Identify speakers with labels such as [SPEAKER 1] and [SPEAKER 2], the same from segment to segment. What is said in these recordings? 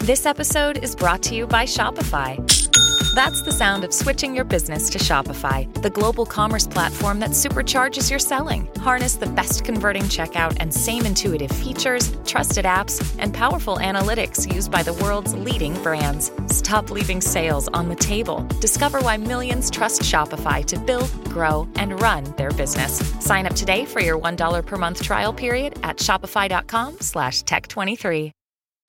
[SPEAKER 1] This episode is brought to you by Shopify. That's the sound of switching your business to Shopify, the global commerce platform that supercharges your selling. Harness the best converting checkout and same intuitive features, trusted apps, and powerful analytics used by the world's leading brands. Stop leaving sales on the table. Discover why millions trust Shopify to build, grow, and run their business. Sign up today for your $1 per month trial period at shopify.com slash tech23.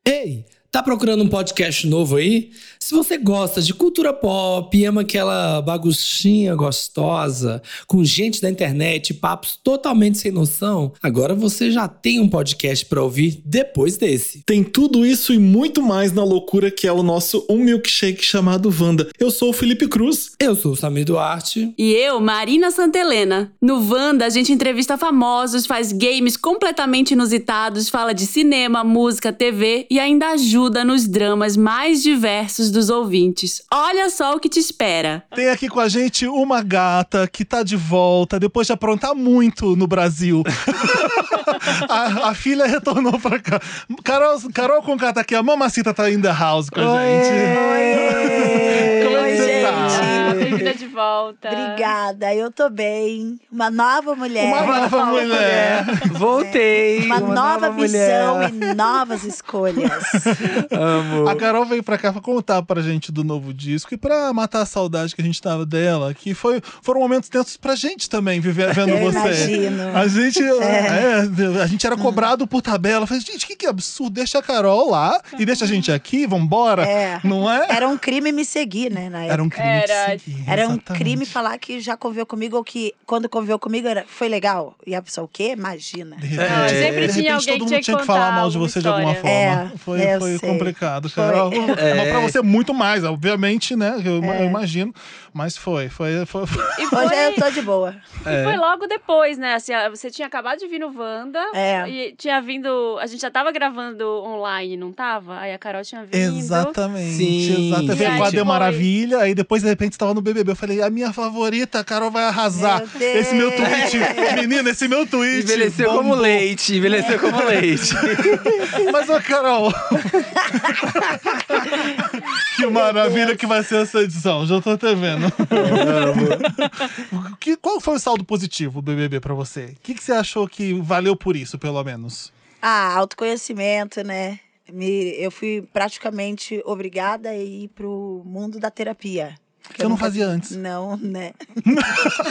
[SPEAKER 2] Ei, tá procurando um podcast novo aí? Se você gosta de cultura pop, ama aquela baguncinha gostosa, com gente da internet, papos totalmente sem noção, agora você já tem um podcast pra ouvir depois desse.
[SPEAKER 3] Tem tudo isso e muito mais na loucura que é o nosso Um Milkshake chamado Wanda. Eu sou o Felipe Cruz.
[SPEAKER 2] Eu sou o Samir Duarte.
[SPEAKER 4] E eu, Marina Santelena. No Wanda, a gente entrevista famosos, faz games completamente inusitados, fala de cinema, música, TV e ainda ajuda nos dramas mais diversos dos ouvintes. Olha só o que te espera.
[SPEAKER 3] Tem aqui com a gente uma gata que tá de volta depois de aprontar muito no Brasil. a, a filha retornou pra cá. Carol, Carol Conká tá aqui, a mamacita tá in the house com a gente. Como é que você tá?
[SPEAKER 5] Ah, Bem-vinda de volta.
[SPEAKER 6] Obrigada, eu tô bem. Uma nova mulher.
[SPEAKER 3] Uma nova mulher.
[SPEAKER 7] Voltei!
[SPEAKER 6] Uma nova,
[SPEAKER 7] mulher.
[SPEAKER 6] visão e novas escolhas.
[SPEAKER 7] Amo.
[SPEAKER 3] A Carol veio pra cá pra contar pra gente do novo disco e pra matar a saudade que a gente tava dela, que foi, foram momentos tensos pra gente também, viver, vendo
[SPEAKER 6] Eu
[SPEAKER 3] você.
[SPEAKER 6] imagino.
[SPEAKER 3] A gente, é, a gente era cobrado por tabela. Falei, gente, que, que absurdo, deixa a Carol lá e deixa a gente aqui, vambora.
[SPEAKER 6] É.
[SPEAKER 3] Não é?
[SPEAKER 6] Era um crime me seguir, né? Na
[SPEAKER 3] Era
[SPEAKER 6] época.
[SPEAKER 3] um crime.
[SPEAKER 5] Era. tipo
[SPEAKER 3] de seguir,
[SPEAKER 6] Era um
[SPEAKER 3] exatamente.
[SPEAKER 6] crime falar que já conviveu comigo ou que quando conviveu comigo era, foi legal. E a pessoa, o quê? Imagina.
[SPEAKER 3] De repente,
[SPEAKER 5] Não,
[SPEAKER 3] de
[SPEAKER 5] sempre
[SPEAKER 3] repente,
[SPEAKER 5] tinha alguém
[SPEAKER 3] todo
[SPEAKER 5] que
[SPEAKER 3] mundo
[SPEAKER 5] tinha que
[SPEAKER 3] falar
[SPEAKER 5] contar
[SPEAKER 3] mal de
[SPEAKER 5] alguma
[SPEAKER 3] você de alguma
[SPEAKER 6] história.
[SPEAKER 3] forma. foi
[SPEAKER 6] É, eu
[SPEAKER 3] foi
[SPEAKER 6] sei.
[SPEAKER 3] complicado,
[SPEAKER 6] Foi. É.
[SPEAKER 3] Carol. Mas
[SPEAKER 7] É.
[SPEAKER 3] pra você, muito mais, obviamente, né? Eu, eu imagino. Mas foi, foi, foi, foi.
[SPEAKER 5] E foi,
[SPEAKER 6] Hoje é- eu tô de boa.
[SPEAKER 5] e foi logo depois, né? Assim, ah, você tinha acabado de vir no Wanda.
[SPEAKER 6] É.
[SPEAKER 5] E tinha vindo. A gente já tava gravando online, não tava? Aí a Carol tinha vindo.
[SPEAKER 3] Exatamente.
[SPEAKER 7] Sim.
[SPEAKER 3] exatamente.
[SPEAKER 7] E
[SPEAKER 3] Veio
[SPEAKER 7] aí
[SPEAKER 3] com a De
[SPEAKER 5] foi.
[SPEAKER 3] Maravilha, aí depois, de repente, tava no BBB. Eu falei, a minha favorita, a Carol vai arrasar.
[SPEAKER 6] Meu Deus.
[SPEAKER 3] esse meu tweet, menina, esse meu tweet.
[SPEAKER 7] Envelheceu
[SPEAKER 3] bombou.
[SPEAKER 7] como leite, envelheceu como leite.
[SPEAKER 3] Mas, ô, Carol. que maravilha que vai ser essa edição, já tô até vendo. que, qual foi o saldo positivo do BBB pra você? O que, que você achou que valeu por isso, pelo menos?
[SPEAKER 6] Ah, autoconhecimento, né? Me, eu fui praticamente obrigada a ir pro mundo da terapia.
[SPEAKER 3] Que eu não fazia antes.
[SPEAKER 6] Não, né?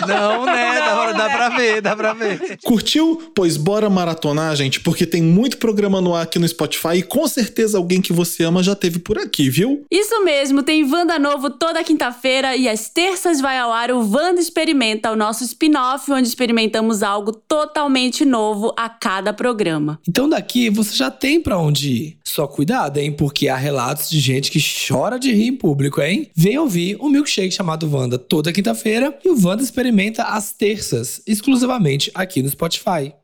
[SPEAKER 7] Não, né? dá, pra, dá pra ver, dá pra ver.
[SPEAKER 8] Curtiu? Pois bora maratonar, gente, porque tem muito programa no ar aqui no Spotify e com certeza alguém que você ama já teve por aqui, viu?
[SPEAKER 4] Isso mesmo, tem Wanda Novo toda quinta-feira e às terças vai ao ar o Wanda Experimenta, o nosso spin-off onde experimentamos algo totalmente novo a cada programa.
[SPEAKER 2] Então daqui você já tem pra onde ir. Só cuidado, hein? Porque há relatos de gente que chora de rir em público, hein? Vem ouvir o milkshake chamado Wanda toda quinta-feira e o Wanda experimenta às terças, exclusivamente aqui no Spotify.